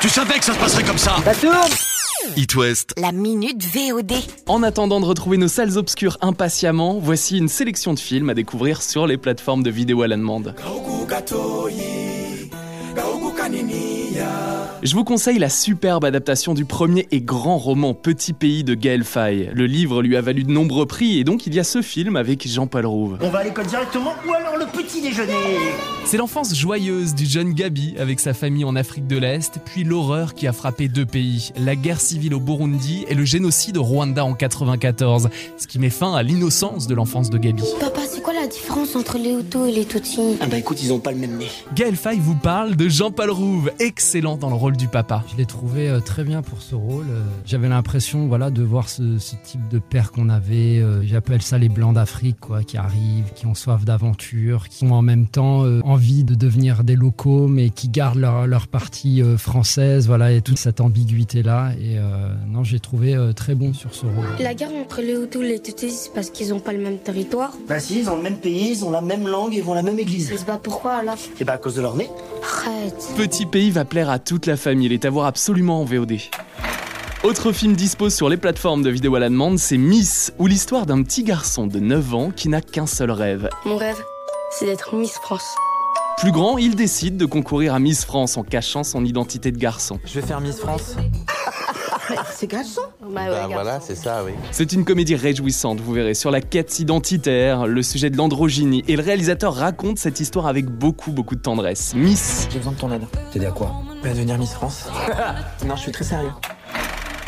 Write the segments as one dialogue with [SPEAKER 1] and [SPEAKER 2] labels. [SPEAKER 1] Tu savais que ça se passerait comme ça
[SPEAKER 2] Ça tourne
[SPEAKER 3] It West.
[SPEAKER 4] La minute VOD.
[SPEAKER 5] En attendant de retrouver nos salles obscures impatiemment, voici une sélection de films à découvrir sur les plateformes de vidéo à la demande. Je vous conseille la superbe adaptation du premier et grand roman Petit Pays de Gaël Faye. Le livre lui a valu de nombreux prix et donc il y a ce film avec Jean-Paul Rouve.
[SPEAKER 6] On va à l'école directement ou alors le petit déjeuner
[SPEAKER 7] C'est l'enfance joyeuse du jeune Gabi avec sa famille en Afrique de l'Est, puis l'horreur qui a frappé deux pays, la guerre civile au Burundi et le génocide au Rwanda en 94, ce qui met fin à l'innocence de l'enfance de Gabi.
[SPEAKER 8] Papa, c'est quoi la différence entre les Hutus et les Tutsis
[SPEAKER 9] Ah bah écoute, ils ont pas le même nez.
[SPEAKER 7] Gaël Faye vous parle de Jean-Paul Rouve, excellent dans le rôle du papa.
[SPEAKER 10] Je l'ai trouvé euh, très bien pour ce rôle. Euh, J'avais l'impression voilà, de voir ce, ce type de père qu'on avait. euh, J'appelle ça les Blancs d'Afrique, quoi, qui arrivent, qui ont soif d'aventure, qui ont en même temps euh, envie de devenir des locaux, mais qui gardent leur, leur partie euh, française, voilà, et toute cette ambiguïté-là. Et euh, non, j'ai trouvé euh, très bon sur ce rôle.
[SPEAKER 8] La guerre entre les Hutus et les Tutsis, c'est parce qu'ils ont pas le même territoire.
[SPEAKER 9] Bah si, ils ont le même pays, ils ont la même langue, ils vont à la même église.
[SPEAKER 8] Mais c'est pas pourquoi, là
[SPEAKER 9] Et bah à cause de leur nez.
[SPEAKER 8] Arrête.
[SPEAKER 5] Petit Pays va plaire à toute la famille, il est à voir absolument en VOD. Autre film dispo sur les plateformes de vidéo à la demande, c'est Miss, ou l'histoire d'un petit garçon de 9 ans qui n'a qu'un seul rêve.
[SPEAKER 8] Mon rêve, c'est d'être Miss France.
[SPEAKER 5] Plus grand, il décide de concourir à Miss France en cachant son identité de garçon.
[SPEAKER 11] Je vais faire Miss France.
[SPEAKER 2] C'est garçon
[SPEAKER 8] Bah,
[SPEAKER 11] Bah voilà, c'est ça, oui.
[SPEAKER 5] C'est une comédie réjouissante, vous verrez, sur la quête identitaire, le sujet de l'androgynie, et le réalisateur raconte cette histoire avec beaucoup, beaucoup de tendresse. Miss,
[SPEAKER 11] J'ai besoin de ton aide.
[SPEAKER 9] T'aider à quoi
[SPEAKER 11] Bah devenir Miss France. non, je suis très sérieux.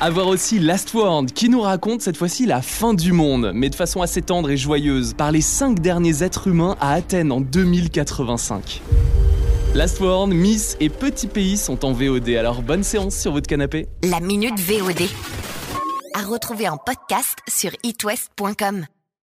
[SPEAKER 5] à voir aussi Last Word, qui nous raconte cette fois-ci la fin du monde, mais de façon assez tendre et joyeuse, par les cinq derniers êtres humains à Athènes en 2085. Last Word, Miss et Petit Pays sont en VOD, alors bonne séance sur votre canapé.
[SPEAKER 4] La minute VOD. À retrouver en podcast sur itwest.com.